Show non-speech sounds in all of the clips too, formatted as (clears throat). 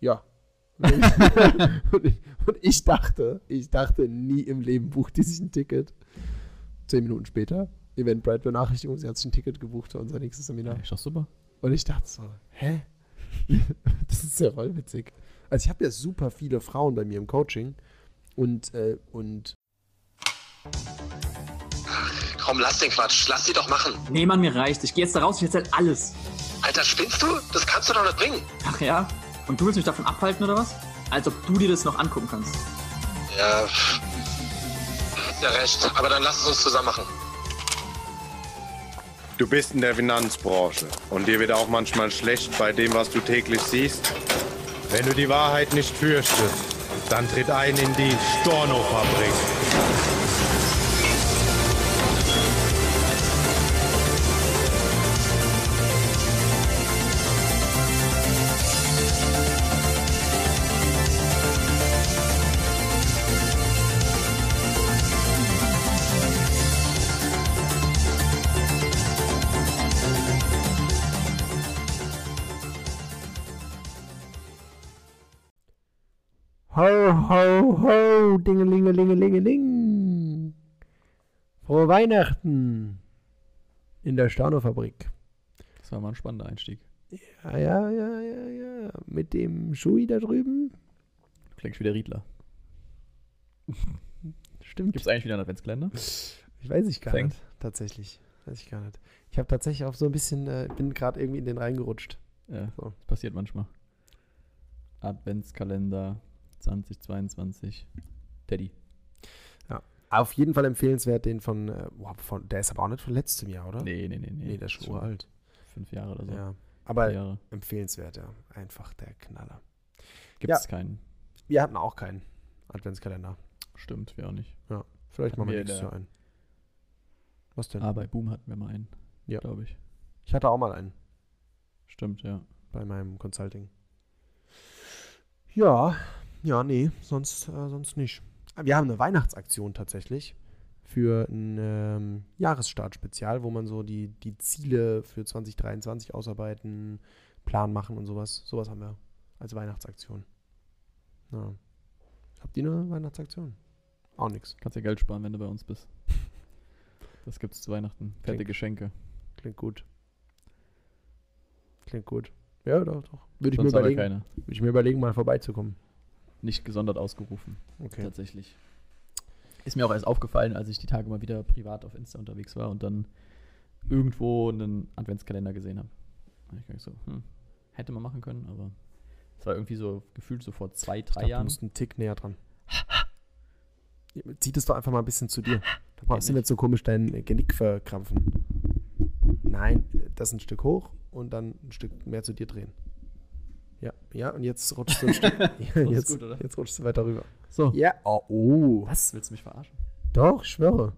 ja. Und ich, (laughs) und, ich, und ich dachte, ich dachte, nie im Leben bucht die sich ein Ticket. Zehn Minuten später, Eventbrite Benachrichtigung, sie hat sich ein Ticket gebucht für unser nächstes Seminar. Ist doch super. Und ich dachte so, hä? (laughs) das ist ja voll witzig. Also ich habe ja super viele Frauen bei mir im Coaching und, äh, und Komm, lass den Quatsch. Lass die doch machen. Nee, Mann, mir reicht. Ich gehe jetzt da raus und erzähl alles. Alter, spinnst du? Das kannst du doch nicht bringen. Ach ja? Und du willst mich davon abhalten oder was? Als ob du dir das noch angucken kannst. Ja, pff. hast ja recht. Aber dann lass es uns zusammen machen. Du bist in der Finanzbranche und dir wird auch manchmal schlecht bei dem, was du täglich siehst. Wenn du die Wahrheit nicht fürchtest, dann tritt ein in die Storno-Fabrik. Ho, ho, ho, dingelingelingelingeling. Frohe Weihnachten in der Stornofabrik. Das war mal ein spannender Einstieg. Ja, Ah, ja, ja, ja, ja. Mit dem Schui da drüben. Du klingst wie der Riedler. Stimmt. Gibt's eigentlich wieder einen Adventskalender? Ich weiß ich gar Fängt. nicht. Tatsächlich. Weiß ich gar nicht. Ich habe tatsächlich auch so ein bisschen, äh, bin gerade irgendwie in den reingerutscht. Ja, So. das passiert manchmal. Adventskalender 2022. Teddy. Auf jeden Fall empfehlenswert den von, äh, boah, von der ist aber auch nicht von letztem Jahr, oder? Nee, also nee, nee, nee. nee der ist schon uralt. Fünf Jahre oder so. Ja. Vier Aber Jahre. empfehlenswert, ja. Einfach der Knaller. Gibt es keinen. Wir hatten auch keinen Adventskalender. Stimmt, wir auch nicht. Vielleicht Hatten machen wir wir nächstes da- Jahr einen. Was denn? Ah, bei Boom hatten wir mal einen. Ja. Glaube ich. Ich hatte auch mal einen Stimmt, ja. bei meinem Consulting. Ja, ja, nee, sonst, äh, sonst nicht. Ah, Wir haben eine Weihnachtsaktion tatsächlich für ein ähm, Jahresstartspezial, wo man so die, die Ziele für 2023 ausarbeiten, Plan machen und sowas. Sowas haben wir als Weihnachtsaktion. Ja. Habt ihr eine Weihnachtsaktion? Auch nix. Kannst ja Geld sparen, wenn du bei uns bist. Das gibt's zu Weihnachten. Fette Klingt- Geschenke. Klingt gut. Klingt gut. Ja, doch, doch. Würde ich, mir Sonst aber überlegen, keine. würde ich mir überlegen, mal vorbeizukommen. Nicht gesondert ausgerufen. Okay. Tatsächlich. Ist mir auch erst aufgefallen, als ich die Tage mal wieder privat auf Insta unterwegs war und dann irgendwo einen Adventskalender gesehen habe. Und ich dachte so, hm, hätte man machen können, aber es war irgendwie so gefühlt so vor zwei, Ich drei glaub, du Jahren. musst einen Tick näher dran. Ja, Zieh das doch einfach mal ein bisschen zu dir. Da brauchst du nicht. nicht so komisch dein Genick verkrampfen. Nein, das ein Stück hoch und dann ein Stück mehr zu dir drehen. Ja, ja, und jetzt rutschst du ein (laughs) Stück. Ja, ist jetzt, gut, oder? jetzt rutschst du weiter rüber. So. Ja. Oh, oh. Was? Willst du mich verarschen? Doch, ich schwöre.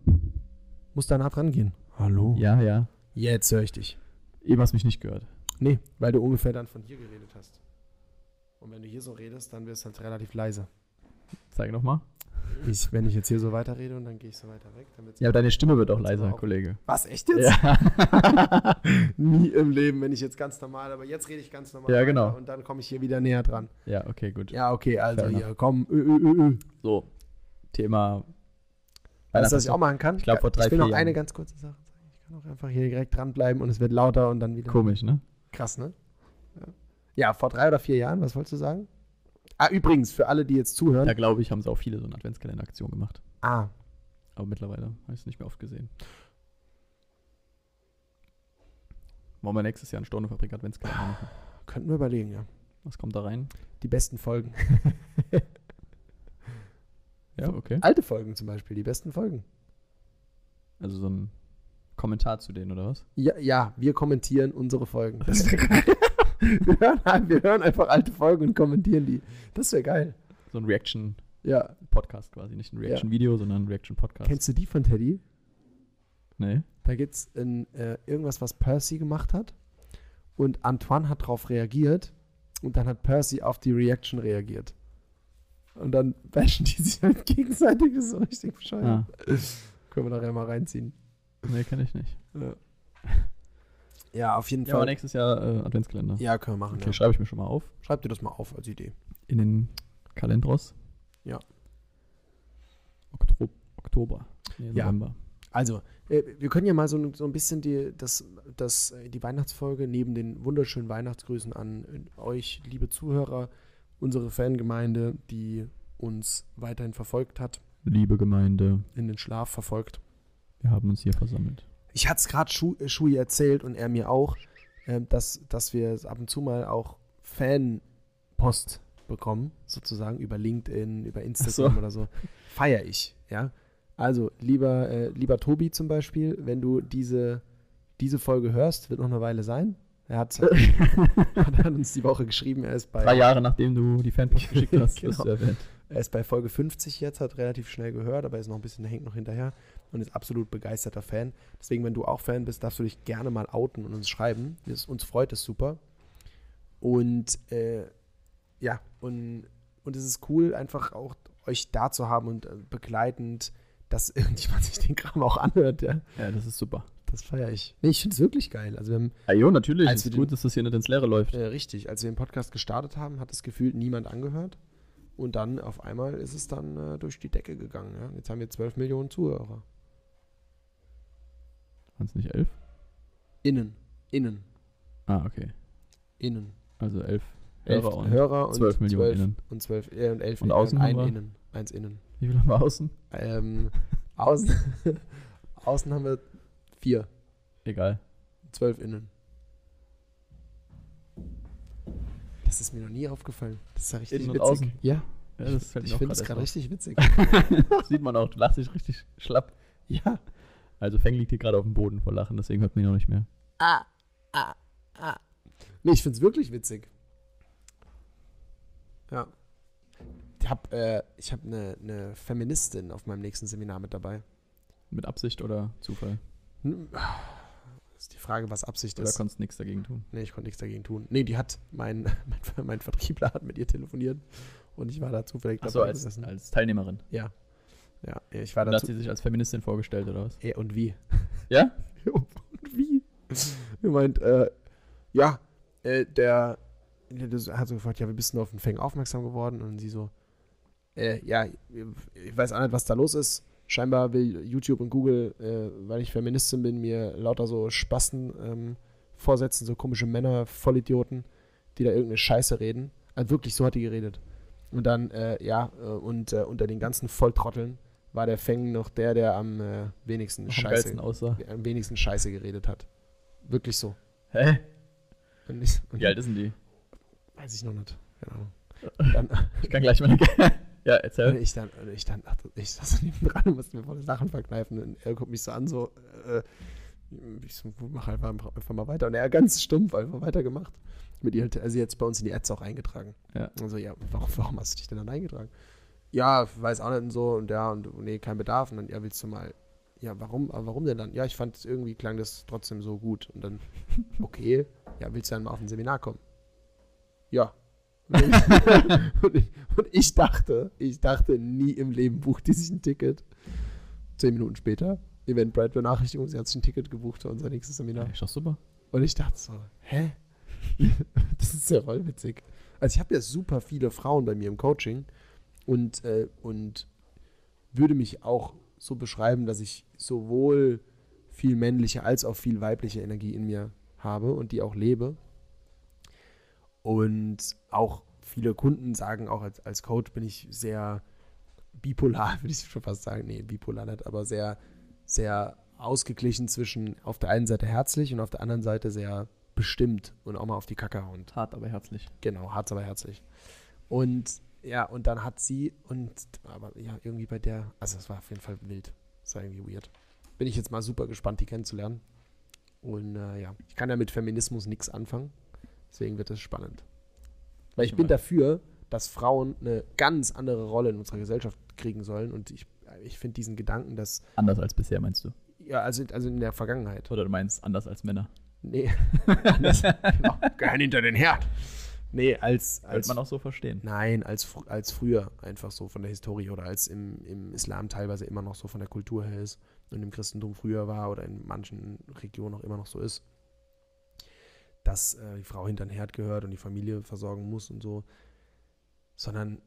Muss da nah dran gehen. Hallo? Ja, ja. Jetzt höre ich dich. Eben hast mich nicht gehört. Nee, weil du ungefähr dann von hier geredet hast. Und wenn du hier so redest, dann wirst du halt relativ leise. Zeig nochmal. Ich, wenn ich jetzt hier so weiterrede und dann gehe ich so weiter weg, damit Ja, aber deine Stimme wird auch Jetzt leiser, mal auf. Kollege. Was, echt jetzt? (laughs) Nie im Leben, wenn ich jetzt ganz normal, aber jetzt rede ich ganz normal. Ja, weiter genau. Und dann komme ich hier wieder näher dran. ja, okay, gut. Ja, okay, also Fair hier, komm. Ö, ö, ö, ö. So, Weißt Thema. du, was ich Weihnachtsaktion. auch machen kann? Ich glaub, vor drei, Ich will noch vier eine Jahren. ganz kurze Sache sagen. Ich kann auch einfach hier direkt dranbleiben und es wird lauter und dann wieder. Komisch, ne? Krass, ne? Ja. Ja, vor drei oder vier Jahren, was wolltest du sagen? Ah, übrigens, für alle, die jetzt zuhören. Da glaube ich, haben sie auch viele so eine Adventskalender-Aktion gemacht. Ah, Aber mittlerweile habe ich es nicht mehr oft gesehen. Wollen wir nächstes Jahr einen Stornofabrik Adventskalender machen? könnten wir überlegen, ja. Was kommt da rein? Die besten Folgen. (laughs) Ja, okay. Alte Folgen zum Beispiel, die besten Folgen. Also so ein Kommentar zu denen oder was? Ja, ja, wir kommentieren unsere Folgen. Das wäre geil. (laughs) wir, hören, halt, wir hören einfach alte Folgen und kommentieren die. Das wäre geil. So ein Reaction-Podcast Ja. quasi. Nicht ein Reaction-Video, sondern ein Reaction-Podcast. Kennst du die von Teddy? Nee? Da gibt es äh, irgendwas, was Percy gemacht hat. Und Antoine hat darauf reagiert. Und dann hat Percy auf die Reaction reagiert. Und dann bashen die sich halt gegenseitig. Das ist so richtig bescheuert. Ah, Können wir nachher mal reinziehen. nee, kenne ich nicht. Ja, auf jeden Ja, aber Fall. nächstes Jahr äh, Adventskalender. Ja, können wir machen. Okay, ja. schreibe ich mir schon mal auf. Schreib dir das mal auf als Idee. In den Kalendros. Ja. Oktober. Oktober. Nee, Ja. November. Also, äh, wir können ja mal so, so ein bisschen die, das, das, äh, die Weihnachtsfolge neben den wunderschönen Weihnachtsgrüßen an äh, euch, liebe Zuhörer, unsere Fangemeinde, die uns weiterhin verfolgt hat, Liebe Gemeinde, in den Schlaf verfolgt. wir haben uns hier versammelt. Ich hatte es gerade Schu äh, Schui erzählt und er mir auch, ähm, dass, dass wir ab und zu mal auch Fanpost bekommen, sozusagen über LinkedIn, über Instagram Ach so. oder so. Feier ich, ja. Also, lieber, äh, lieber Tobi zum Beispiel, wenn du diese, diese Folge hörst, wird noch eine Weile sein. Er hat, (laughs) hat uns die Woche geschrieben, er ist Drei bei, Jahre nachdem du die (laughs) Fanpost geschickt hast, Genau. wirst du erwähnt. er ist bei Folge 50 jetzt, hat relativ schnell gehört, aber ist noch ein bisschen, hängt noch hinterher und ist absolut begeisterter Fan. Deswegen, wenn du auch Fan bist, darfst du dich gerne mal outen und uns schreiben. Es, uns freut es super. Und äh, ja, und, und es ist cool, einfach auch euch da zu haben und äh, begleitend, dass (laughs) irgendjemand sich den Kram auch anhört. Ja. Ja, das ist super. Das feiere ich. Nee, ich finde es wirklich geil. Also wir haben Ja, Ah, jo, natürlich. Als ist wir gut, dass das hier nicht ins Leere läuft. äh, richtig, als wir den Podcast gestartet haben, hat es gefühlt niemand angehört. Und dann auf einmal ist es dann äh, durch die Decke gegangen. Ja? Jetzt haben wir 12 Millionen Zuhörer. Waren es nicht elf? Innen. Innen. Ah, okay. Innen. Also elf Elf Hörer und Hörer und 12 Millionen zwölf- innen. Und 12, äh, und 11 Und außen ein haben wir? innen. Eins innen. Wie viel haben wir außen? Ähm, (laughs) außen, außen haben wir vier. Egal. Zwölf innen. Das ist mir noch nie aufgefallen. Das ist ja richtig Innen und witzig. außen. Ja, Ja, das fällt ich mir auch finde es gerade gerade erst richtig witzig. auf. Das sieht man auch. Du lachst dich richtig schlapp. ja. Also Feng liegt hier gerade auf dem Boden vor Lachen, deswegen hört man ihn auch nicht mehr. Nee, ich finde es wirklich witzig. Ja. Ich habe äh, ich hab eine ne Feministin auf meinem nächsten Seminar mit dabei. Mit Absicht oder Zufall? Hm. Ist die Frage, was Absicht Oder ist. konntest nichts dagegen tun? Nee, ich konnte nichts dagegen tun. Nee, die hat, mein, (laughs) mein, mein Vertriebler hat mit ihr telefoniert und ich war da zufällig Achso, als, gesessen. als Teilnehmerin. Ja. Ja, ich war Und da hat zu, sie sich als Feministin vorgestellt oder was? äh, Und wie? Ja? (laughs) und Oh wie? Er meint, äh, ja, äh, der, der das- hat so gefragt, ja, wir bist denn auf den Feng aufmerksam geworden? Und sie so, äh, ja, ich weiß auch nicht, was da los ist. Scheinbar will YouTube und Google, äh, weil ich Feministin bin, mir lauter so Spasten ähm, vorsetzen, so komische Männer, Vollidioten, die da irgendeine Scheiße reden. Also wirklich, so hat die geredet. Und dann, äh, ja, äh, und äh, unter den ganzen Volltrotteln war der Feng noch der, der am äh, wenigsten Noch am Scheiße geilsten aussah. am wenigsten Scheiße geredet hat. Wirklich so. Hä? Und ich, und Wie alt ist denn die? Weiß ich noch nicht. Keine Ahnung. Und dann, Ich kann gleich mal. (laughs) ja, und erzähl. ich dann, und ich dann, ach, ich saß so neben dran und musste mir voll das Lachen verkneifen. Und er guckt mich so an, so, äh, ich so, mach einfach, einfach mal weiter. Und er hat ganz stumpf einfach weitergemacht. Mit ihr, also jetzt bei uns in die Ads auch eingetragen. Ja. Also, ja, warum, warum hast du dich denn dann eingetragen? Ja, weiß auch nicht und so und ja, und oh, nee, kein Bedarf. Und dann, ja, willst du mal, ja, warum, aber warum denn dann? Ja, ich fand es irgendwie, klang das trotzdem so gut. Und dann, okay, ja, willst du dann mal auf ein Seminar kommen? Ja. Und ich, (laughs) und ich, und ich dachte, ich dachte, nie im Leben bucht die sich ein Ticket. Zehn Minuten später, Eventbrite Benachrichtigung, sie hat sich ein Ticket gebucht für unser nächstes Seminar. Ja, Ist doch super. Und ich dachte so, hä? (laughs) das ist ja voll witzig. Also ich habe ja super viele Frauen bei mir im Coaching und, äh, und würde mich auch so beschreiben, dass ich sowohl viel männliche als auch viel weibliche Energie in mir habe und die auch lebe. Und auch viele Kunden sagen auch, als, als Coach bin ich sehr bipolar, (laughs) würde ich schon fast sagen. Nee, bipolar nicht, aber sehr, sehr ausgeglichen zwischen auf der einen Seite herzlich und auf der anderen Seite sehr bestimmt und auch mal auf die Kacke hauen. Hart, aber herzlich. Genau, hart, aber herzlich. Und ja, und dann hat sie und aber ja, irgendwie bei der, also es war auf jeden Fall wild. Es war irgendwie weird. Bin ich jetzt mal super gespannt, die kennenzulernen. Und äh, ja, ich kann ja mit Feminismus nichts anfangen. Deswegen wird das spannend. Weil ich bin Genau. dafür, dass Frauen eine ganz andere Rolle in unserer Gesellschaft kriegen sollen. Und ich, ich finde diesen Gedanken, dass, Anders als bisher, meinst du? ja, also, also in der Vergangenheit. Oder du meinst anders als Männer? (laughs) Nee. Anders, genau. Gehirn hinter den Herd. Nee, als, Könnte als man auch so verstehen. Nein, als, fr- als früher einfach so von der Historie oder als im, im Islam teilweise immer noch so von der Kultur her ist und im Christentum früher war oder in manchen Regionen auch immer noch so ist. dass äh, die Frau hinter den Herd gehört und die Familie versorgen muss und so, sondern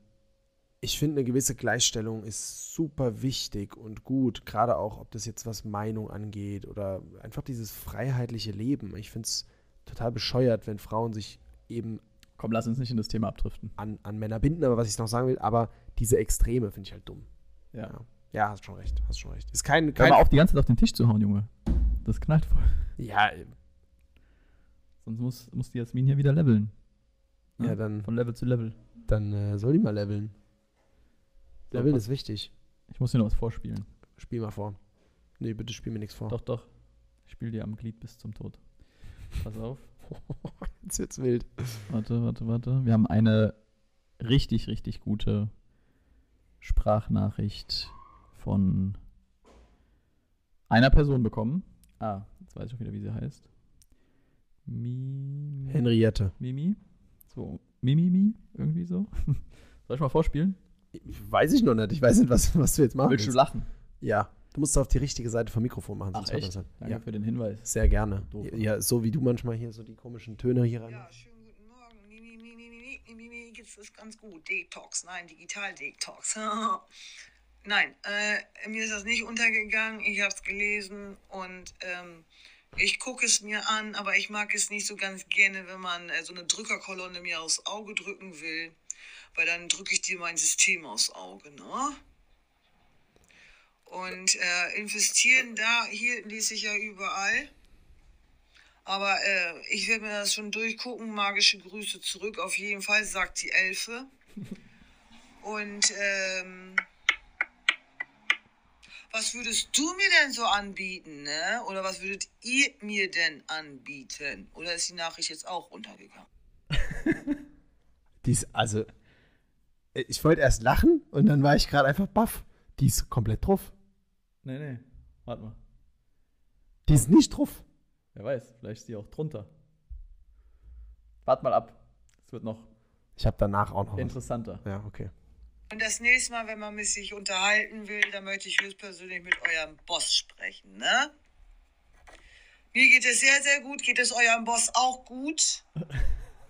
ich finde, eine gewisse Gleichstellung ist super wichtig und gut, gerade auch, ob das jetzt was Meinung angeht oder einfach dieses freiheitliche Leben. Ich finde es total bescheuert, wenn Frauen sich eben Komm, lass uns nicht in das Thema abdriften. an, an Männer binden, aber was ich noch sagen will, aber diese Extreme finde ich halt dumm. Ja. Ja. ja, hast schon recht, hast schon recht. Ist kein, Hör kein mal auf, die ganze Zeit auf den Tisch zu hauen, Junge. Das knallt voll. Ja, Sonst muss, muss die Jasmin hier wieder leveln. ja, dann, Von Level zu Level. dann äh, soll die mal leveln. Leveln ist wichtig. Ich muss dir noch was vorspielen. Spiel mal vor. Nee, bitte spiel mir nichts vor. Doch, doch. Ich spiele dir am Glied bis zum Tod. Pass auf. Jetzt wird's wild. Warte, warte, warte. Wir haben eine richtig, richtig gute Sprachnachricht von einer Person bekommen. Ah, jetzt weiß ich auch wieder, wie sie heißt. Mi Henriette. Mimi? So, Mimimi? Irgendwie so? (laughs) Soll ich mal vorspielen? Weiß ich noch nicht. Ich weiß nicht, was, was du Ah, jetzt machen willst. lachen? Ja. Du musst auf die richtige Seite vom Mikrofon machen, Ach, hört echt? man's nicht. Danke Ja, für den Hinweis. sehr gerne. Doof. Ja, so wie du manchmal hier so die komischen Töne hier rein. Ja, schönen guten Morgen. Mimi, Mimi, Mimi, Mimi, Mimi, geht's das ganz gut. Detox, nein, digital Detox. (laughs) nein, äh, mir ist das nicht untergegangen. Ich habe es gelesen und ähm, ich gucke es mir an, aber ich mag es nicht so ganz gerne, wenn man äh, so eine Drückerkolonne mir aufs Auge drücken will, weil dann drücke ich dir mein System aufs Auge, ne? Und äh, investieren da, hier lese ich ja überall. Aber äh, ich werde mir das schon durchgucken. Magische Grüße zurück, auf jeden Fall, sagt die Elfe. Und ähm, was würdest du mir denn so anbieten, ne? Oder was würdet ihr mir denn anbieten? Oder ist die Nachricht jetzt auch untergegangen? Die ist, also, äh, ich wollte erst lachen und dann war ich gerade einfach baff. Die ist komplett drauf. Nee, nee. Warte mal. Die ist nicht drauf. Wer weiß, vielleicht ist die auch drunter. Wart mal ab. Es wird noch Ich habe danach auch noch was. interessanter. Ja, okay. Und das nächste Mal, wenn man mich sich unterhalten will, dann möchte ich höchstpersönlich mit eurem Boss sprechen, ne? Mir geht es sehr, sehr gut. Geht es eurem Boss auch gut?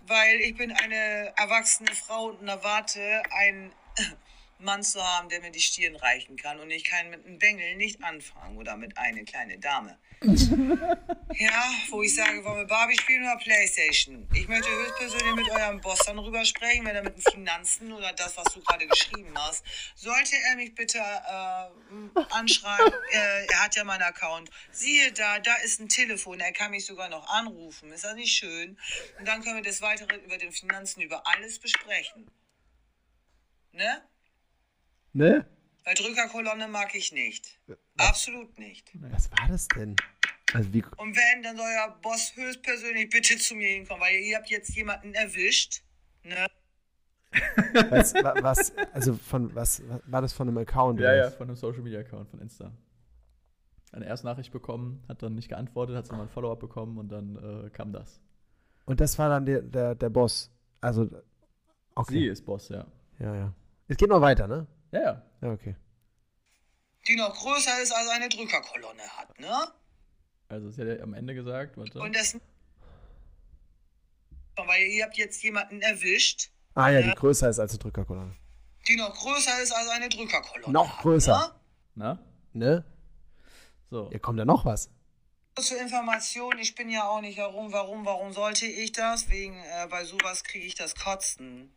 Weil ich bin eine erwachsene Frau und erwarte, einen (laughs) Mann zu haben, der mir die Stirn reichen kann. Und ich kann mit einem Bengel nicht anfangen oder mit einer kleinen Dame. Ja, wo ich sage, wollen wir Barbie spielen oder Playstation? Ich möchte höchstpersönlich mit eurem Boss dann rüber sprechen, wenn er mit den Finanzen oder das, was du gerade geschrieben hast. Sollte er mich bitte äh, anschreiben, äh, er hat ja meinen Account. Siehe da, da ist ein Telefon, er kann mich sogar noch anrufen. Ist das nicht schön? Und dann können wir des Weiteren über den Finanzen, über alles besprechen. Ne? Ne? Weil Drückerkolonne mag ich nicht. Absolut nicht. Was war das denn? Also, wie. Und wenn, dann soll euer Boss höchstpersönlich bitte zu mir hinkommen, weil ihr habt jetzt jemanden erwischt. Ne? Was, wa- was, also von was, wa- war das von einem Account? Ja, oder ja, was? von einem Social Media Account, von Insta. Eine Erstnachricht bekommen, hat dann nicht geantwortet, hat nochmal ein Follow-up bekommen und dann äh, kam das. Und das war dann der, der, der Boss. Also, Sie okay. ist Boss, ja. Ja, ja. Es geht noch weiter, ne? Ja, ja. Ja, okay. Die noch größer ist als eine Drückerkolonne hat, ne? Also sie hat ja am Ende gesagt, warte. Und das. Weil ihr habt jetzt jemanden erwischt, Ah ja, die größer ist als eine Drückerkolonne. die noch größer ist als eine Drückerkolonne. Noch hat, größer. Ne? Na? Ne? So. Ja, kommt da noch was? Nur Zur Information, ich bin ja auch nicht herum, warum, warum sollte ich das? Wegen, äh, bei sowas kriege ich das Kotzen.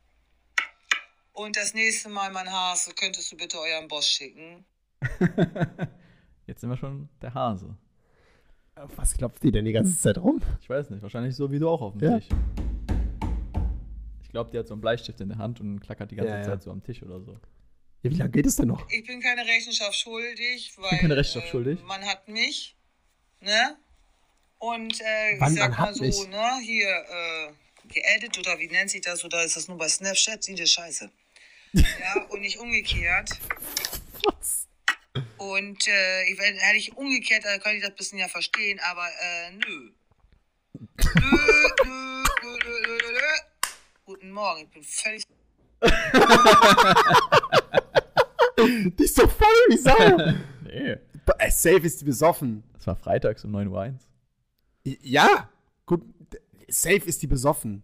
Und das nächste Mal, mein Hase, könntest du bitte euren Boss schicken? Jetzt sind wir schon der Hase. Auf Was klopft die denn die ganze Zeit rum? Ich weiß nicht, wahrscheinlich so wie du auch auf dem Ja. Tisch. Ich glaube, die hat so einen Bleistift in der Hand und klackert die ganze Ja, ja. Zeit so am Tisch oder so. Ja, wie lange geht es denn noch? Ich bin keine Rechenschaft schuldig, weil äh, keine Rechenschaft schuldig. man hat mich, ne? Und äh, Wann ich sag man mal hat so, mich? ne, hier äh, geedit oder wie nennt sich das oder ist das nur bei Snapchat? Sieht (laughs) das scheiße. ja, und nicht umgekehrt. Und äh, ich, wenn- hätte ich umgekehrt, dann könnte ich das ein bisschen ja verstehen, aber (laughs) äh, nö. nö, nö, nö, nö, nö, nö, nö. Guten Morgen, ich bin völlig (laughs) Die ist doch voll wie Sau. Nee. Äh, Safe ist die besoffen. Das war freitags um 9.01 Uhr. Ja. Gut. safe ist die besoffen.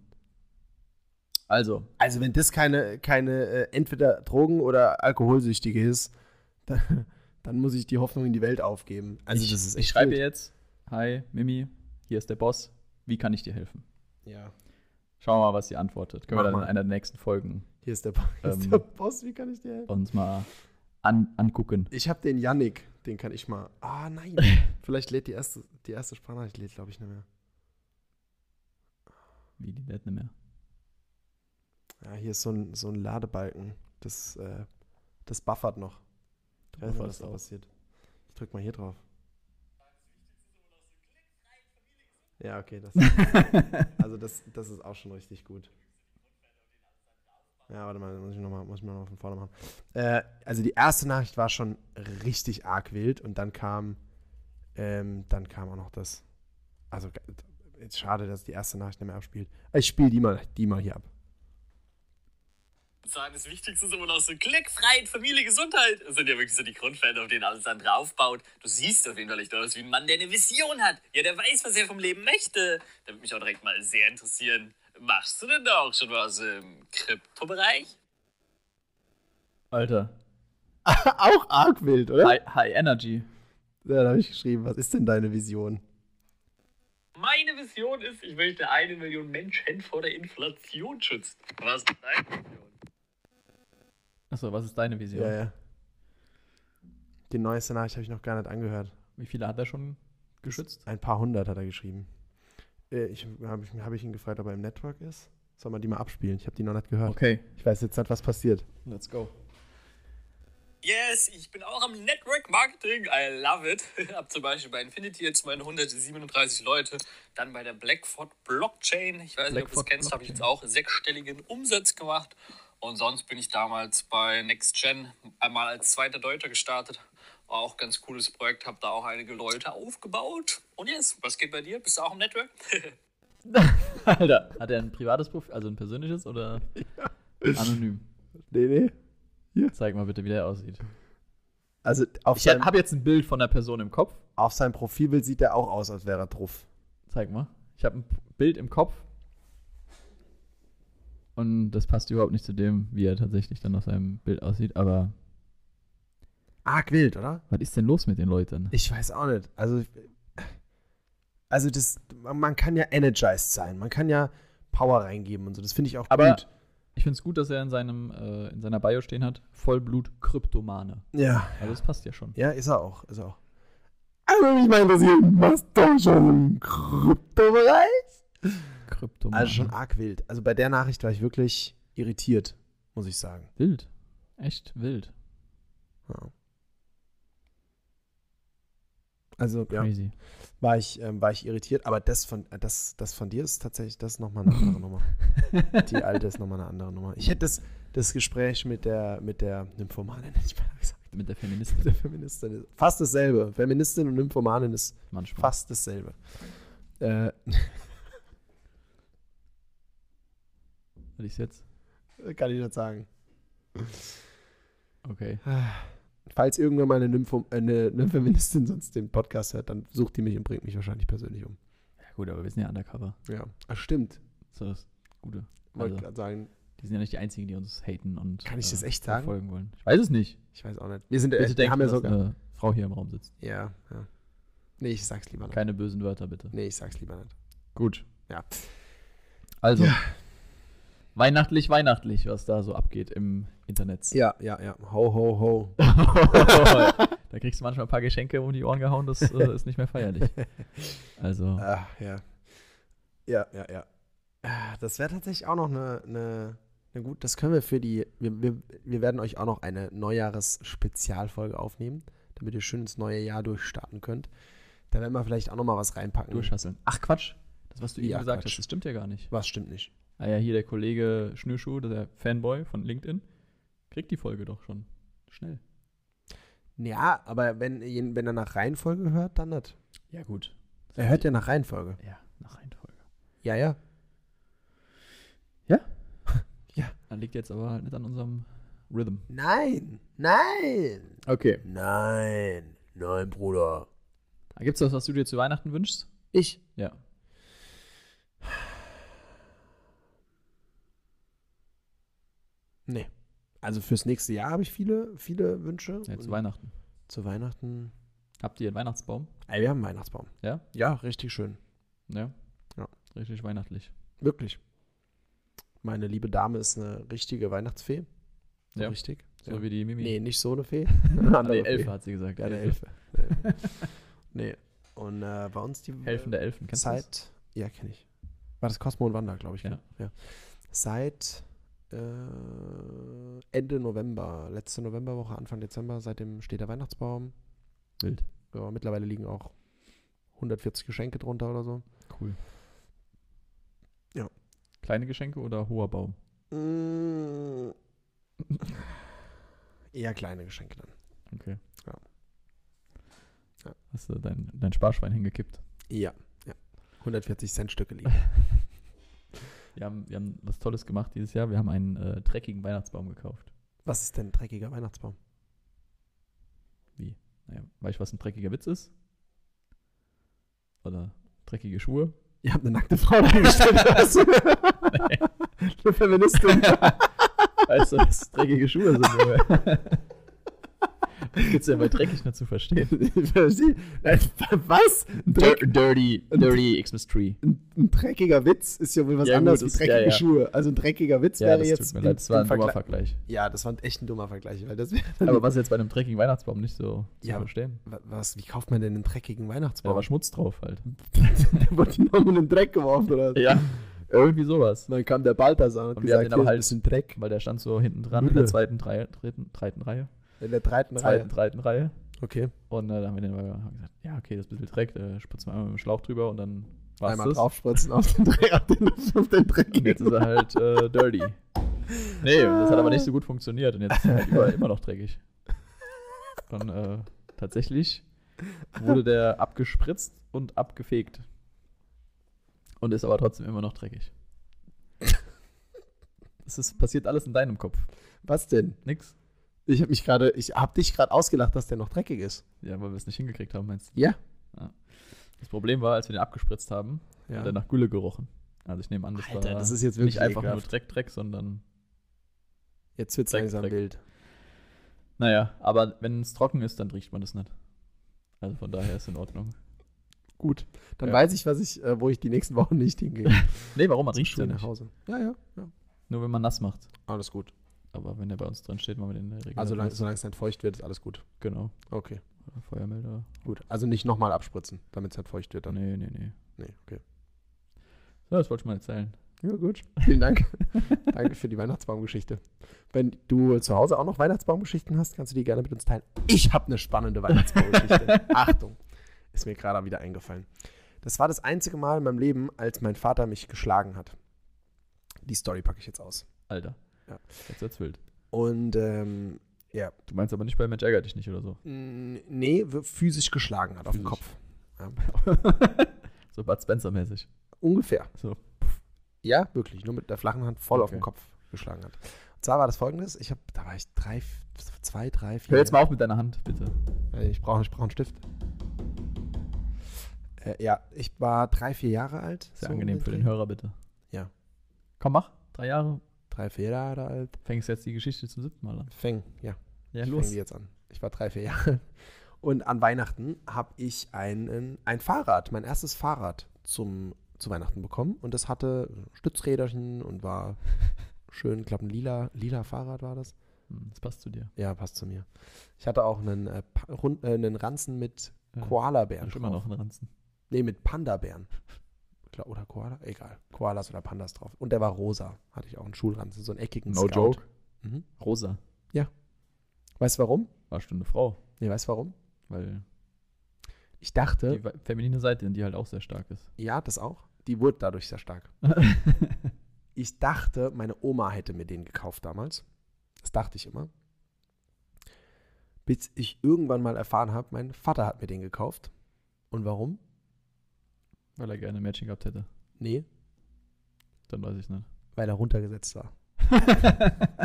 Also, Also wenn das keine, keine äh, entweder Drogen- oder Alkoholsüchtige ist, (laughs) dann, dann muss ich die Hoffnung in die Welt aufgeben. Also ich, das ist echt ich schreibe blöd. ihr jetzt, hi Mimi, hier ist der Boss, wie kann ich dir helfen? Ja. Schauen wir mal, was sie antwortet. Können Mach wir dann mal. in einer der nächsten Folgen Hier ist der, Bo- (laughs) hier ist Ähm. der Boss, wie kann ich dir helfen? uns mal an, angucken. Ich habe den Yannick, den kann ich mal. Ah, (laughs) nein. Vielleicht lädt die erste, die erste Sprachnachricht lädt, glaube ich, nicht mehr. Wie die lädt nicht mehr. Ja, hier ist so ein, so ein Ladebalken. Das, äh, das buffert noch. Ich weiß nicht, was da passiert. Ich drück mal hier drauf. Ja, okay, das. also das, das ist auch schon richtig gut. Ja, warte mal, muss ich nochmal noch mal- muss ich mir noch mal von vorne machen. Äh, also die erste Nachricht war schon richtig arg wild und dann kam, ähm, dann kam auch noch das. Also ge- jetzt schade, dass die erste Nachricht nicht mehr abspielt. Ich spiele die mal, die mal hier ab. sagen, das Wichtigste ist immer noch so Glück, Freiheit, Familie, Gesundheit. Das sind ja wirklich so die Grundpfeiler, auf denen alles andere aufbaut. Du siehst auf jeden Fall nicht aus wie ein Mann, der eine Vision hat. Ja, der weiß, was er vom Leben möchte. Da würde mich auch direkt mal sehr interessieren. Machst du denn da auch schon was im Kryptobereich? Alter, (laughs) auch arg wild, oder? High, High Energy. Ja, da habe ich geschrieben, was ist denn deine Vision? Meine Vision ist, ich möchte eine Million Menschen vor der Inflation schützen. Was ist deine Vision? Achso, was ist deine Vision? ja. Die neueste Nachricht habe ich noch gar nicht angehört. Wie viele hat er schon geschützt? Ein paar hundert hat er geschrieben. Äh, Ich habe ich, hab ich ihn gefragt, ob er im Network ist. Soll man die mal abspielen? Ich habe die noch nicht gehört. Okay, Ich weiß jetzt nicht, was passiert. let's go. Yes, ich bin auch am Network Marketing. I love it. (laughs) Hab zum Beispiel bei Infinity jetzt meine 137 Leute. Dann bei der Blackford Blockchain. Ich weiß nicht, ob du es Blackford kennst, habe ich jetzt auch sechsstelligen Umsatz gemacht. Und sonst bin ich damals bei NextGen einmal als zweiter Deuter gestartet. War auch ein ganz cooles Projekt, habe da auch einige Leute aufgebaut. Und yes, was geht bei dir? Bist du auch im Network? (laughs) Alter, hat er ein privates Profil, also ein (laughs) persönliches oder anonym? Nee, nee. Zeig mal bitte, wie der aussieht. Also auf, Ich sein, habe jetzt ein Bild von der Person im Kopf. auf seinem Profilbild sieht er auch aus, als wäre er drauf. Zeig mal. Ich habe ein Bild im Kopf. Und das passt überhaupt nicht zu dem, wie er tatsächlich dann auf seinem Bild aussieht. Aber Arg wild, oder? was ist denn los mit den Leuten? Ich weiß auch nicht. Also, also das, man man kann ja energized sein. Man kann ja Power reingeben und so. Das finde ich auch Aber gut. ich finde es gut, dass er in, seinem, äh, in seiner Bio stehen hat: Vollblut-Kryptomane. Ja. Also, das passt ja schon. Ja, ist er auch, ist er auch. Aber mich mal interessieren, was da schon im Kryptobereich? Kryptomane. Also schon arg wild. Also bei der Nachricht war ich wirklich irritiert, muss ich sagen. wild. Echt wild. Ja. Also ja, Crazy. war ich ähm, war ich irritiert, aber das von äh, das das von dir ist tatsächlich das noch mal eine (laughs) andere Nummer. Die alte ist noch mal eine andere Nummer. Ich hätte das das Gespräch mit der mit der Nymphomanin (laughs) hätte ich mal gesagt, mit mit der der (laughs) Feministin. Feministin ist fast dasselbe. Feministin und Nymphomanin ist Manchmal. fast dasselbe. Äh, Will ich jetzt? Kann ich nicht sagen. Okay. Falls irgendwann mal eine, Nympho, äh, eine, eine Feministin sonst den Podcast hört, dann sucht die mich und bringt mich wahrscheinlich persönlich um. Ja, gut, aber wir sind ja undercover. Ja. Ach, stimmt. So das Gute. Wollte Also. gerade sagen, Die sind ja nicht die Einzigen, die uns haten und äh, Kann ich das echt sagen? verfolgen wollen. Ich weiß es nicht. ich weiß auch nicht. Wir sind äh, Bitte wir denkt, haben ja dass sogar. eine Frau hier im Raum sitzt. Ja, ja. Nee, ich sag's lieber nicht. Keine bösen Wörter, bitte. Nee, ich sag's lieber nicht. Gut. Ja. Also, weihnachtlich, weihnachtlich, was da so abgeht im Internet. Ja, (laughs) ja, ja. Ho, ho, (laughs) ho. (laughs) da kriegst du manchmal ein paar Geschenke um die Ohren gehauen, das äh, ist nicht mehr feierlich. Also, Ah, ja. Ja, ja, ja. Ah, Das wäre tatsächlich auch noch eine. eine na gut, das können wir für die. Wir, wir, wir werden euch auch noch eine Neujahres-Spezialfolge aufnehmen, damit ihr schön ins neue Jahr durchstarten könnt. Da werden wir vielleicht auch noch mal was reinpacken. durchhasseln. Ach, Quatsch. Das, was du eben Ja, gesagt Quatsch. hast, das stimmt ja gar nicht. Was stimmt nicht? Ah ja, hier der Kollege Schnürschuh, der Fanboy von LinkedIn, kriegt die Folge doch schon. Schnell. Ja, aber wenn, ihr- wenn er nach Reihenfolge hört, dann nicht. Ja, gut. Er hört ja nach Reihenfolge. Ja, nach Reihenfolge. Ja, ja. Dann liegt jetzt aber halt nicht an unserem Rhythm. Nein, nein, Okay. nein, nein, Bruder. Gibt es was, was du dir zu Weihnachten wünschst? Ich? Ja. Nee. Also fürs nächste Jahr habe ich viele, viele Wünsche. Ja, zu Und Weihnachten. Zu Weihnachten. Habt ihr einen Weihnachtsbaum? Ey, wir haben einen Weihnachtsbaum. Ja? Ja, richtig schön. Ja. Ja. Richtig weihnachtlich. Wirklich. Meine liebe Dame ist eine richtige Weihnachtsfee. So Ja. richtig. So ja. wie die Mimi. Nee, nicht so eine (laughs) Fee. Eine Ah, nee, andere Elfe Fee. hat sie gesagt. Ja, (laughs) eine Elfe. Eine Elfe. nee. Und äh, bei uns die Helfen der Elfen. Kennst du das? seit, ja, kenne ich. War das Cosmo und Wanda, glaube ich. Ja. gell? ja. Seit äh, Ende November, letzte Novemberwoche, Anfang Dezember, seitdem steht der Weihnachtsbaum. Wild. Ja, mittlerweile liegen auch 140 Geschenke drunter oder so. Cool. Ja. Kleine Geschenke oder hoher Baum? Mm. Eher kleine Geschenke dann. Okay. Ja. Ja. Hast du dein, dein Sparschwein hingekippt? Ja, ja. 140 Cent Stücke liegen. (laughs) Wir haben, wir haben was Tolles gemacht dieses Jahr. Wir haben einen äh, dreckigen Weihnachtsbaum gekauft. Was ist denn ein dreckiger Weihnachtsbaum? Naja, weißt du, was ein dreckiger Witz ist? Oder dreckige Schuhe? Ihr habt eine nackte (laughs) Frau dahingestellt. was? eine Feministin. (laughs) (laughs) Weißt du, was dreckige Schuhe sind? (laughs) Junge? Was gibt's denn bei dreckig nicht zu (laughs) verstehen? Ich verstehe. Nein, was? Ein, Dreck, dirty, dirty Xmas Tree. ein dreckiger Witz ist ja wohl was Ja, gut, anderes wie ist- ja, dreckige ja. Schuhe. Also ein dreckiger Witz Ja, wäre das jetzt. tut mir leid, das war ein dummer Vergleich- (laughs) Vergleich. Ja, das war echt ein dummer Vergleich, weil das wäre. Aber was jetzt bei einem dreckigen Weihnachtsbaum nicht so zu Ja, aber- verstehen? Wa- Was, wie kauft man denn einen dreckigen Da war Weihnachtsbaum? Schmutz drauf halt. der wurde nochmal in den Dreck geworfen, oder? was? Ja, (laughs) irgendwie sowas. Und dann kam der Balthasar und, hat Und wir haben gesagt, den aber hier, halt- das ist ein Dreck. Weil der stand so hinten dran in Mühle. der zweiten, Reihe, dritten, dritten Reihe. In der dreiten Zweiten, Reihe. dritten Reihe. Okay. Und äh, da haben wir den aber haben gesagt, ja, okay, das ist ein bisschen Dreck, äh, spritzen wir einmal mit dem Schlauch drüber und dann war's Einmal das. draufspritzen auf den, Dreck, auf den, auf den Und jetzt dreckigen. ist er halt äh, dirty. Nee, und das hat aber nicht so gut funktioniert und jetzt ist er halt überall immer noch dreckig. Und äh, tatsächlich wurde der abgespritzt und abgefegt. Und ist aber trotzdem immer noch dreckig. Es ist, passiert alles in deinem Kopf. Was denn? Nix. Ich habe mich gerade, ich habe dich gerade ausgelacht, dass der noch dreckig ist. Ja, weil wir es nicht hingekriegt haben, meinst du? Ja. ja. Das Problem war, als wir den abgespritzt haben, hat er nach Gülle gerochen. Also ich nehme an, das Alter, war das ist jetzt wirklich nicht einfach ekelhaft. nur Dreck, Dreck, sondern Jetzt wird's Dreck, langsam Dreck. wild. Naja, aber wenn es trocken ist, dann riecht man das nicht. Also von daher ist in Ordnung. Gut. Dann Ja. weiß ich, was ich, äh, wo ich die nächsten Wochen nicht hingehe. Nee, warum? Man riecht Schuhe ja nach nicht. Hause. Ja, ja, ja. Nur wenn man nass macht. Alles gut. Aber wenn der bei uns drin steht, machen wir den in der Regel. Also nicht lang, solange es nicht feucht wird, ist alles gut. nass. Genau. Okay, Oder Feuermelder. gut. Also nicht nochmal abspritzen, damit es nicht feucht wird. Dann. Nee, nee, nee. Nee, okay. So, das wollte ich mal erzählen. Ja, gut. Vielen Dank. (laughs) Danke für die Weihnachtsbaumgeschichte. Wenn du zu Hause auch noch Weihnachtsbaumgeschichten hast, kannst du die gerne mit uns teilen. Ich habe eine spannende (laughs) Weihnachtsbaumgeschichte. Achtung. Ist mir gerade wieder eingefallen. Das war das einzige Mal in meinem Leben, als mein Vater mich geschlagen hat. Die Story packe ich jetzt aus. Alter. Ja. Jetzt wird's wild. Und ähm, Du meinst aber nicht bei Mensch ärgert dich nicht oder so. N- Nee, w- physisch geschlagen hat auf den Physisch. Kopf. Ja. (laughs) so Bud Spencer-mäßig. Ungefähr. So. Ja, wirklich. Nur mit der flachen Hand voll auf den Okay. Kopf geschlagen hat. Und zwar war das folgendes: Ich habe, da war ich drei, f- zwei, drei, vier. Hör jetzt mal auf mit deiner Hand, bitte. Äh, Ich brauche ich brauch einen Stift. Äh, ja, ich war drei, vier Jahre alt. Sehr so um angenehm für den Dreh. Hörer, bitte. Ja. Komm, mach. Drei Jahre. Drei, vier Jahre alt. Fängst jetzt die Geschichte zum siebten Mal an. Fäng, ja. Ja, Ich fange die jetzt an. Ich war drei, vier Jahre. Und an Weihnachten habe ich einen, ein Fahrrad, mein erstes Fahrrad zum, zu Weihnachten bekommen. Und das hatte Stützräderchen und war schön, glaube ein lila, lila Fahrrad war das. Hm, Das passt zu dir. Ja, passt zu mir. Ich hatte auch einen, äh, Pa- Rund, äh, einen Ranzen mit Ja. Koalabären. Hast du immer drauf. noch einen Ranzen. Nee, mit Pandabären. Klar, Oder Koala? Egal. Koalas oder Pandas drauf. Und der war rosa. Hatte ich auch einen Schulranzen, so einen eckigen Scout. Mhm. Rosa. Weißt du warum? Warst du eine Frau? Nee, weißt du warum? Weil Ich dachte, die we- feminine Seite, in die halt auch sehr stark ist. Ja, das auch. Die wurde dadurch sehr stark. ich dachte, meine Oma hätte mir den gekauft damals. Das dachte ich immer. Bis ich irgendwann mal erfahren habe, mein Vater hat mir den gekauft. Und warum? Weil er gerne Matching gehabt hätte. Nee, Dann weiß ich nicht. weil er runtergesetzt war.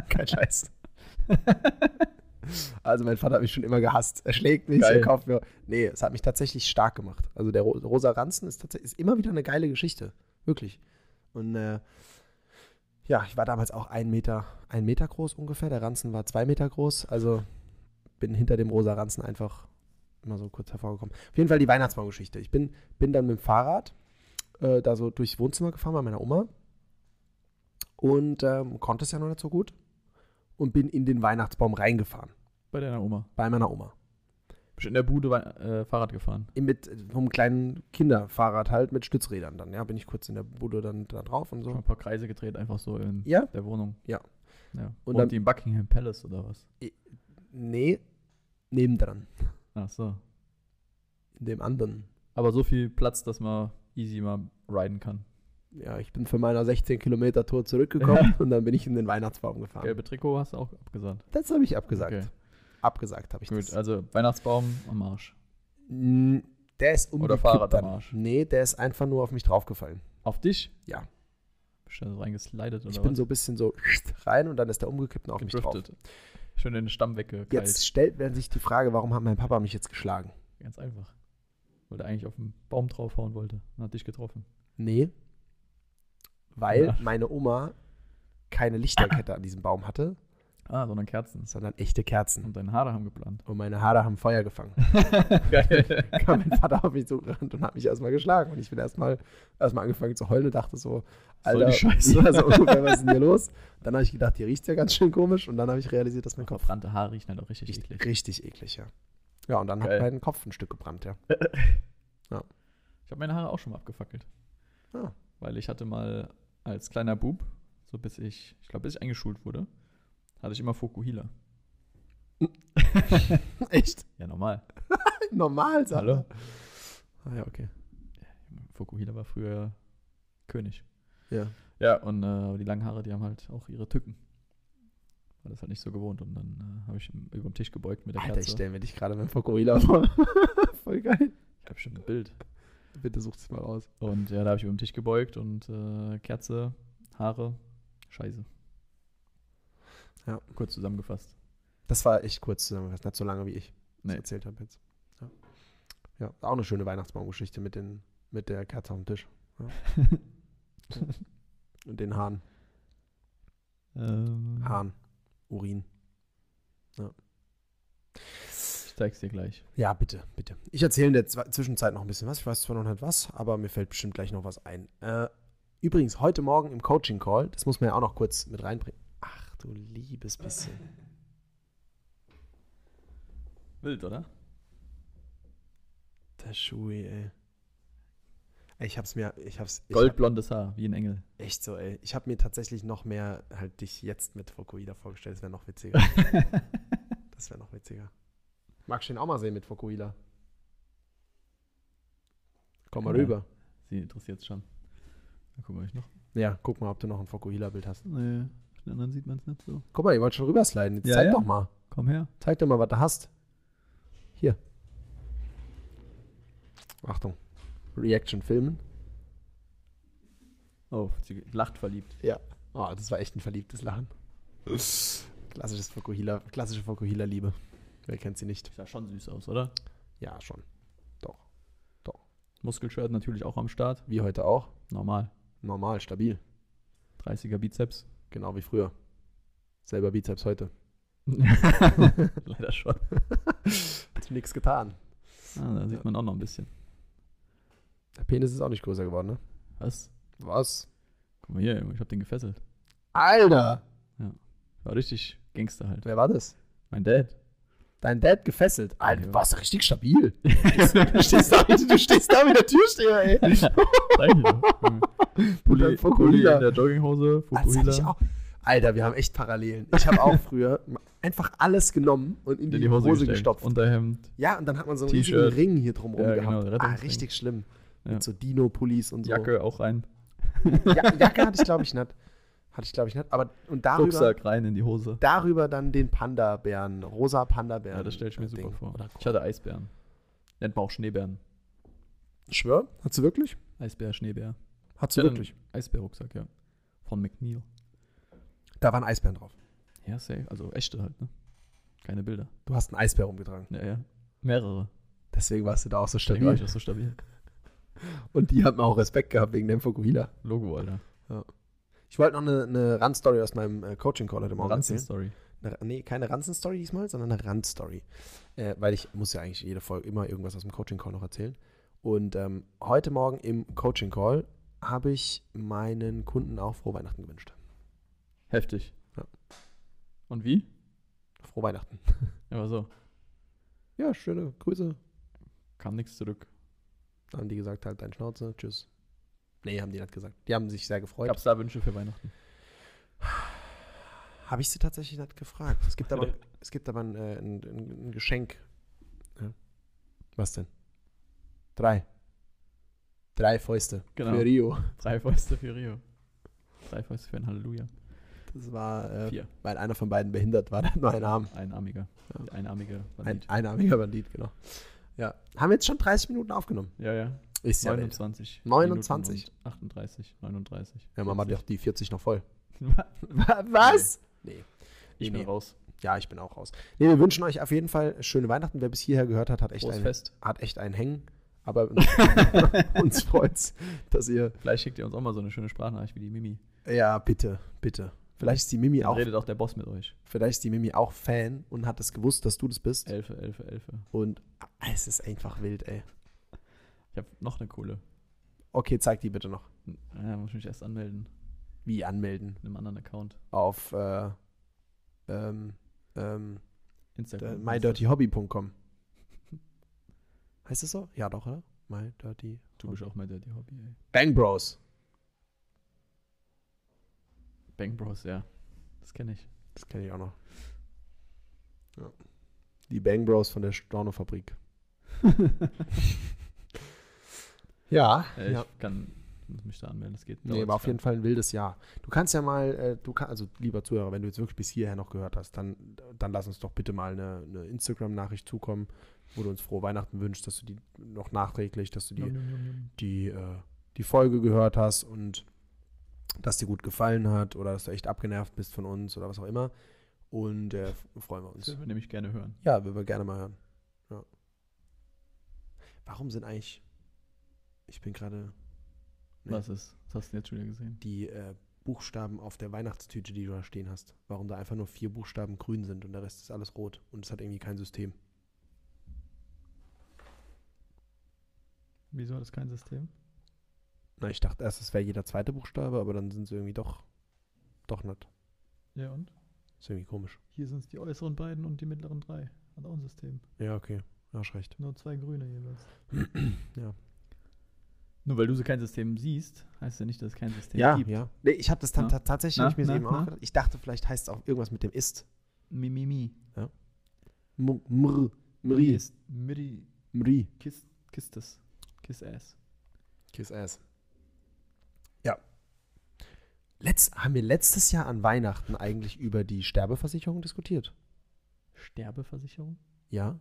Kein Scheiß. Also mein Vater hat mich schon immer gehasst. Er schlägt mich, Geil. er kauft mir. Nee, es hat mich tatsächlich stark gemacht. Also der Ro- rosa Ranzen ist tatsächlich ist immer wieder eine geile Geschichte. Wirklich. Und äh, Ja, ich war damals auch ein Meter, ein Meter groß ungefähr. Der Ranzen war zwei Meter groß. Also bin hinter dem rosa Ranzen einfach immer so kurz hervorgekommen. Auf jeden Fall die Weihnachtsbaumgeschichte. Ich bin, bin dann mit dem Fahrrad äh, da so durchs Wohnzimmer gefahren bei meiner Oma und ähm, konnte es ja noch nicht so gut und bin in den Weihnachtsbaum reingefahren Bei deiner Oma. bei meiner Oma. Bist in der Bude Wei- äh, Fahrrad gefahren. mit so einem kleinen Kinderfahrrad halt mit Stützrädern dann. Ja, bin ich kurz in der Bude dann da drauf und Schon so. ein paar Kreise gedreht, einfach so in Ja? der Wohnung. Ja. ja. Und Und dann- die im Buckingham Palace oder was? Nee, nebendran. Ach so. In dem anderen. Aber so viel Platz, dass man easy mal riden kann. Ja, ich bin von meiner 16 Kilometer Tour zurückgekommen und dann bin ich in den Weihnachtsbaum gefahren. Gelbe Trikot hast du auch abgesagt. Das habe ich abgesagt. Okay. Abgesagt habe ich Gut, das. also Weihnachtsbaum am Arsch. Mm, Der ist umgekippt Oder Fahrrad am dann. Arsch. Nee, der ist einfach nur auf mich draufgefallen. Auf dich? Ja. Bist du da so reingeslidet oder ich was? bin so ein bisschen so rein und dann ist der umgekippt und auf mich drauf. gedriftet. Schön in den Stamm weggekeilt. Jetzt stellt man sich die Frage, warum hat mein Papa mich jetzt geschlagen? Ganz einfach. Weil der eigentlich auf den Baum draufhauen wollte. Und hat dich getroffen. Nee. Weil Ja. meine Oma keine Lichterkette an diesem Baum hatte, Ah, sondern Kerzen. sondern echte Kerzen. Und deine Haare haben gebrannt. Und meine Haare haben Feuer gefangen. (laughs) Geil. (laughs) kam mein Vater auf mich zugerannt und hat mich erstmal geschlagen. Und ich bin erstmal erstmal angefangen zu heulen und dachte so, soll Alter, die Scheiße? (laughs) ja, so ungefähr, was ist denn hier los? Dann habe ich gedacht, hier riecht ja ganz schön komisch. Und dann habe ich realisiert, dass mein Kopf Verbrannte Haare riechen halt auch richtig riecht eklig. richtig eklig, ja. Ja, und dann Geil. hat mein Kopf ein Stück gebrannt, ja. (laughs) Ich habe meine Haare auch schon mal abgefackelt. Ah. Weil ich hatte mal als kleiner Bub, so bis ich, ich glaube, bis ich eingeschult wurde, hatte ich immer Fokuhila. Echt? Ja, normal. Normal, sagt Hallo? er. Ah ja, okay. Fokuhila war früher König. Ja. Ja, und äh, aber die langen Haare, die haben halt auch ihre Tücken. War das halt nicht so gewohnt. Und dann äh, habe ich im- über dem Tisch gebeugt mit der Alter, ich Kerze. stelle mir dich gerade mit Fokorila vor. (laughs) Voll geil. Ich habe schon ein Bild. Bitte sucht es mal raus. Und ja, da habe ich über den Tisch gebeugt und äh, Kerze, Haare, Scheiße. Ja. Kurz zusammengefasst. Das war echt kurz zusammengefasst, nicht so lange wie ich es Nee. erzählt habe jetzt. Ja. ja, auch eine schöne Weihnachtsbaumgeschichte mit, den, mit der Kerze auf dem Tisch. (laughs) Ja. Und den Hahn. Ähm, Hahn. Urin. Ich zeig's dir gleich. Ja, bitte, bitte. Ich erzähle in der Zwe- Zwischenzeit noch ein bisschen was. Ich weiß zwar noch nicht was, aber mir fällt bestimmt gleich noch was ein. Äh, übrigens, heute Morgen im Coaching-Call, das muss man ja auch noch kurz mit reinbringen. Ach du liebes bisschen. Wild, oder? Der Schui, ey. Ey, Ich hab's mir, ich hab's. Ich hab- Goldblondes Haar, wie ein Engel. Echt so, ey. Ich habe mir tatsächlich noch mehr halt dich jetzt mit Fokuhila vorgestellt. Das wäre noch witziger. das wäre noch witziger. Magst du ihn auch mal sehen mit Fokuhila? Komm mal Ja. rüber. Sie interessiert's schon. Da gucken wir euch noch. Ja, guck mal, ob du noch ein Fokuhila-Bild hast. Nee, den anderen sieht man's nicht so. Guck mal, ihr wollt schon rübersliden. Jetzt Ja, zeig ja. doch mal. Komm her. Zeig doch mal, was du hast. Hier. Achtung. Reaction filmen. Oh, sie lacht verliebt. Ja. Oh, das war echt ein verliebtes Lachen. Klassisches Fokuhila, klassische Fokuhila-Liebe. Wer kennt sie nicht? Sah schon süß aus, oder? Ja, schon. Muskelshirt natürlich auch am Start. Wie heute auch. Normal. Normal, stabil. 30er Bizeps. (laughs) Genau wie früher. Selber Bizeps heute. Leider schon. Hat nichts getan. Ah, da sieht man auch noch ein bisschen. Der Penis ist auch nicht größer geworden, ne? Was? Was? Guck mal hier, Junge, ich hab den gefesselt. Alter! War richtig Gangster halt. Wer war das? Mein Dad. Dein Dad gefesselt. Alter, du Ja. warst richtig stabil. (laughs) Du stehst da, du stehst da wie der Türsteher, ey. (laughs) Danke. Pulli, deinem Pulli Fukuhila. in der Jogginghose, Ah, Das hab ich Fukuhila. auch. Alter, wir haben echt Parallelen. Ich habe auch früher einfach alles genommen und in die, Hose, gesteckt, gestopft. Unterhemd. ja, und dann hat man so einen riesigen T-Shirt. Ring hier drumrum Ja, genau, gehabt. ah, Rettungsring. richtig schlimm. Ja. Mit so Dino-Pullis und so. Jacke auch rein. Ja, Jacke hatte ich, glaube ich, nicht. Hatte ich, glaube ich, nicht. Aber und darüber, Rucksack rein in die Hose. darüber dann den Panda-Bären, rosa Panda-Bären. Ja, das stelle ich mir äh, super Ding. vor. Oder Ich hatte Eisbären. Nennt man auch Schneebären. Schwör? Hat sie wirklich? Eisbär, Schneebär. Hat Ich sie hatte einen wirklich. Eisbärrucksack, ja. Von McNeil. Da waren Eisbären drauf. Ja, safe. Also echte halt, ne? Keine Bilder. Du hast einen Eisbär rumgetragen. Ja, ja. Mehrere. Deswegen warst du da auch so Deswegen war stabil. ich auch so stabil. Und die haben auch Respekt gehabt wegen dem Fukuhila. Logo, Alter. Ich wollte noch eine, eine Randstory aus meinem äh, Coaching-Call heute Morgen erzählen. Ranzen-Story. Eine, nee, keine Ranzen-Story diesmal, sondern eine Rand-Story. Äh, weil ich muss ja eigentlich jede Folge immer irgendwas aus dem Coaching-Call noch erzählen. Und ähm, heute Morgen im Coaching-Call habe ich meinen Kunden auch frohe Weihnachten gewünscht. Heftig. Ja. Und wie? Frohe Weihnachten. Aber so. Ja, schöne Grüße. Kam nichts zurück. Dann haben die gesagt, halt dein Schnauze, tschüss. Nee, haben die nicht gesagt. Die haben sich sehr gefreut. Gab es da Wünsche für Weihnachten? Habe ich sie tatsächlich nicht gefragt. Es gibt aber, es gibt aber ein, äh, ein, ein, ein Geschenk. Ja. Was denn? Drei. Drei Fäuste Genau. für Rio. Drei Fäuste für Rio. Drei Fäuste für ein Halleluja. Das war, äh, Vier. weil einer von beiden behindert war, dann nur ein Arm. Einarmiger. Ja. Einarmiger Ein Bandit. einarmiger Bandit, genau. Ja. Haben jetzt schon 30 Minuten aufgenommen. ja, ja. Ist ja wild. 29. 29. Minuten und 38, (laughs) 39. Ja, Mama hat doch die 40 noch (laughs) voll. 40. Was? Nee. Nee, Ich bin nee. raus. Ja, ich bin auch raus. Nee, wir wünschen euch auf jeden Fall schöne Weihnachten. Wer bis hierher gehört hat, hat echt, Großes ein, Fest. hat echt einen Hängen. (laughs) Aber (laughs) uns freut's, dass ihr. Vielleicht schickt ihr uns auch mal so eine schöne Sprachnachricht wie die Mimi. Ja, bitte, bitte. Vielleicht ist die Mimi Dann auch, redet auch der Boss mit euch. vielleicht ist die Mimi auch Fan und hat es gewusst, dass du das bist. Elfe, Elfe, Elfe. Und ah, es ist einfach wild, ey. Ich habe noch eine coole. Okay, zeig die bitte noch. Ja, muss ich mich erst anmelden. Wie anmelden? In einem anderen Account. Auf äh, ähm, ähm, Instagram. mydirtyhobby.com. (laughs) Heißt es so? Ja, doch, oder? My Dirty. Du bist auch mein Dirty Hobby, ey. Bang Bros. Bang Bros, ja. Das kenne (laughs) ich. Das kenne ich auch noch. Ja. Die Bang Bros von der Storno-Fabrik. ja, Äh, ja. Ich kann muss mich da anmelden, das geht. Nee, war auf jeden Fall ein wildes Jahr. Du kannst ja mal, äh, du kann, also lieber Zuhörer, wenn du jetzt wirklich bis hierher noch gehört hast, dann, dann lass uns doch bitte mal eine, eine Instagram-Nachricht zukommen, wo du uns frohe Weihnachten wünschst, dass du die noch nachträglich, dass du die die, äh, die Folge gehört hast und dass dir gut gefallen hat oder dass du echt abgenervt bist von uns oder was auch immer. Und äh, f- freuen wir Das uns. würden wir nämlich gerne hören. Ja, würden wir gerne mal hören. Ja. Warum sind eigentlich, ich bin gerade, Nee. Was ist? Das hast du jetzt schon wieder gesehen. die äh, Buchstaben auf der Weihnachtstüte, die du da stehen hast, warum da einfach nur vier Buchstaben grün sind und der Rest ist alles rot und es hat irgendwie kein System. Wieso hat das kein System? Na, ich dachte erst, es wäre jeder zweite Buchstabe, aber dann sind sie irgendwie doch, doch nicht. Ja, und? Ist irgendwie komisch. Hier sind es die äußeren beiden und die mittleren drei. Hat auch ein System. Ja, okay. Ja, hast recht. Nur zwei grüne jeweils. (clears throat) Ja. Nur weil du so kein System siehst, heißt ja nicht, dass es kein System Ja, gibt. ja. Nee, ich habe das dann Na? ta- tatsächlich Na? hab ich mir Na? eben auch Na? gedacht. Ich dachte, vielleicht heißt es auch irgendwas mit dem ist. Mi, mi, mi. M- Mr, Mri, Ist- Miri. Mri. Kiss, kiss das. Kiss ass. Kiss ass. Ja. Letz, haben wir letztes Jahr an Weihnachten eigentlich über die Sterbeversicherung diskutiert? Sterbeversicherung? Ja.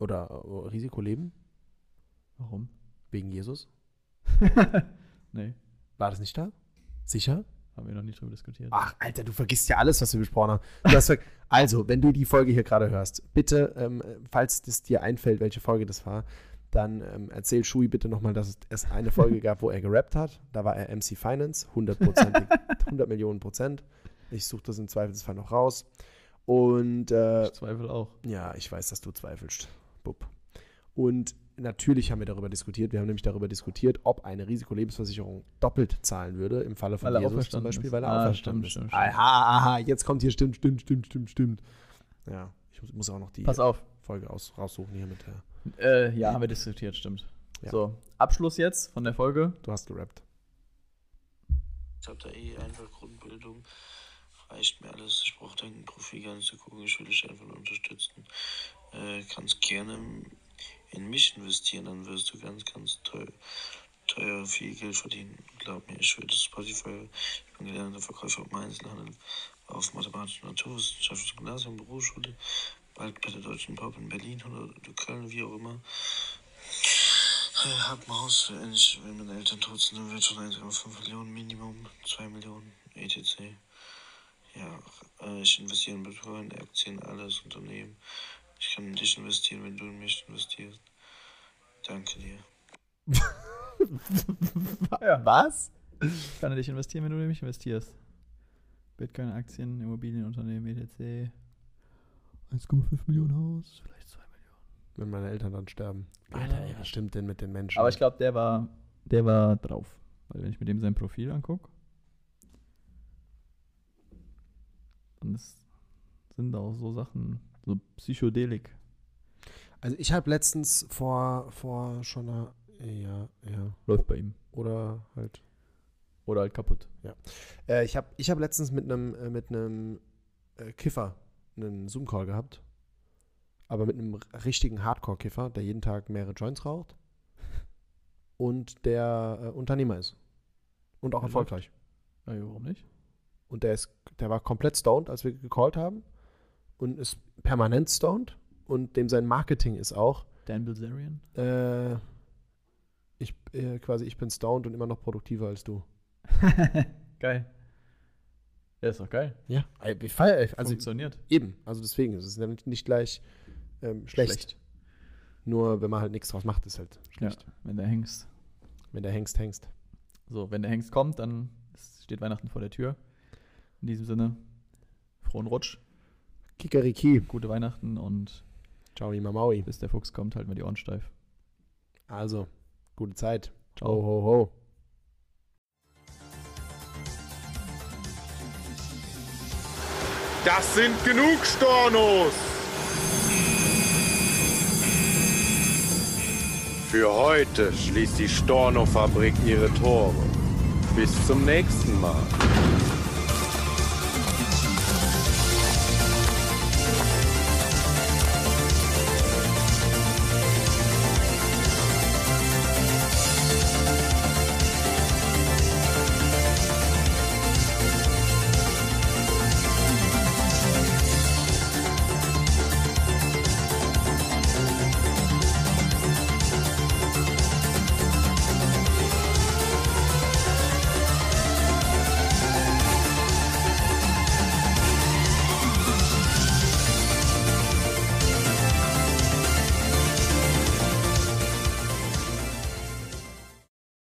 Oder äh, Risikoleben (laughs) Warum? wegen Jesus? nee, War das nicht da? Sicher? haben wir noch nicht drüber diskutiert. Ach, Alter, du vergisst ja alles, was wir besprochen haben. Du hast ver- (laughs) also, wenn du die Folge hier gerade hörst, bitte, ähm, falls es dir einfällt, welche Folge das war, dann ähm, erzähl Shui bitte nochmal, dass es eine Folge gab, wo er gerappt hat. Da war er MC Finance, 100%, 100 Millionen Prozent. Ich suche das im Zweifelsfall noch raus. Und äh, Ich zweifle auch. ja, ich weiß, dass du zweifelst, Bub. Und natürlich haben wir darüber diskutiert. Wir haben nämlich darüber diskutiert, ob eine Risikolebensversicherung doppelt zahlen würde, im Falle von Weil er Jesus zum auferstanden Beispiel, ist. weil er Ah, auferstanden stimmt, ist. stimmt, stimmt. Aha, aha, jetzt kommt hier stimmt, stimmt, stimmt, stimmt, stimmt. Ja, ich muss- muss auch noch die Pass auf. Folge aus, raussuchen hier mit der. Äh, ja, haben wir diskutiert, stimmt. Ja. So, Abschluss jetzt von der Folge. Du hast gerappt. Ich habe da eh einfach Grundbildung. Reicht mir alles. Ich brauche dein Profil gar nicht zu gucken. Ich will dich einfach nur unterstützen. Äh, kannst gerne in mich investieren. Dann wirst du ganz, ganz teuer, teuer viel Geld verdienen. Glaub mir, ich will das Spotify. Ich bin gelernter Verkäufer im Einzelhandel. Auf Mathematik und Naturwissenschaften, Gymnasium, Berufsschule. Bald bei der Deutschen Pop in Berlin oder Köln, wie auch immer. Äh, Hab ein Haus, wenn, ich, wenn meine Eltern tot sind, dann wird schon 1,5 Millionen Minimum, 2 Millionen etc. Ja, äh, ich investiere in Bitcoin, Aktien, alles, Unternehmen. Ich kann in dich investieren, wenn du in mich investierst. Danke dir. Was? Ich kann in dich investieren, wenn du in mich investierst. Wird keine Aktien, Immobilienunternehmen, etc. 1,5 Millionen Haus, vielleicht 2 Millionen. Wenn meine Eltern dann sterben. Alter, Alter, ey, ey, was stimmt denn mit den Menschen? Aber ich glaube, der war, der war drauf. Weil wenn ich mir dem sein Profil angucke, dann ist, sind da auch so Sachen, so Psychedelik. also ich habe letztens vor, vor schon einer, ja, ja, Läuft bei ihm. oder halt Oder halt kaputt. Äh, ich habe ich hab letztens mit einem äh, mit einem äh, Kiffer einen Zoom-Call gehabt. Aber mit einem r- richtigen Hardcore-Kiffer, der jeden Tag mehrere Joints raucht und der äh, Unternehmer ist. Und auch Der erfolgreich. Ja, ja, warum nicht? Und der ist, der war komplett stoned, als wir gecallt haben. Und ist permanent stoned. Und dem sein Marketing ist auch, Dan Bilzerian? äh, ich, äh, quasi, ich bin stoned und immer noch produktiver als du. geil. Ja, ist doch geil. Ja. Ich feier, also Funktioniert. Eben, also deswegen, es ist ja nicht, nicht gleich ähm, schlecht. Nur wenn man halt nichts draus macht, ist halt schlecht. Ja, wenn der Hengst. Wenn der Hengst hängst. So, wenn der Hengst kommt, dann ist- steht Weihnachten vor der Tür. In diesem Sinne, frohen Rutsch, Kikariki. gute Weihnachten und Ciao, Lima Maui. bis der Fuchs kommt, halten wir die Ohren steif. Also, gute Zeit. Ciao. Ho, ho, ho. Das sind genug Stornos! Für heute schließt die Storno-Fabrik ihre Tore. Bis zum nächsten Mal.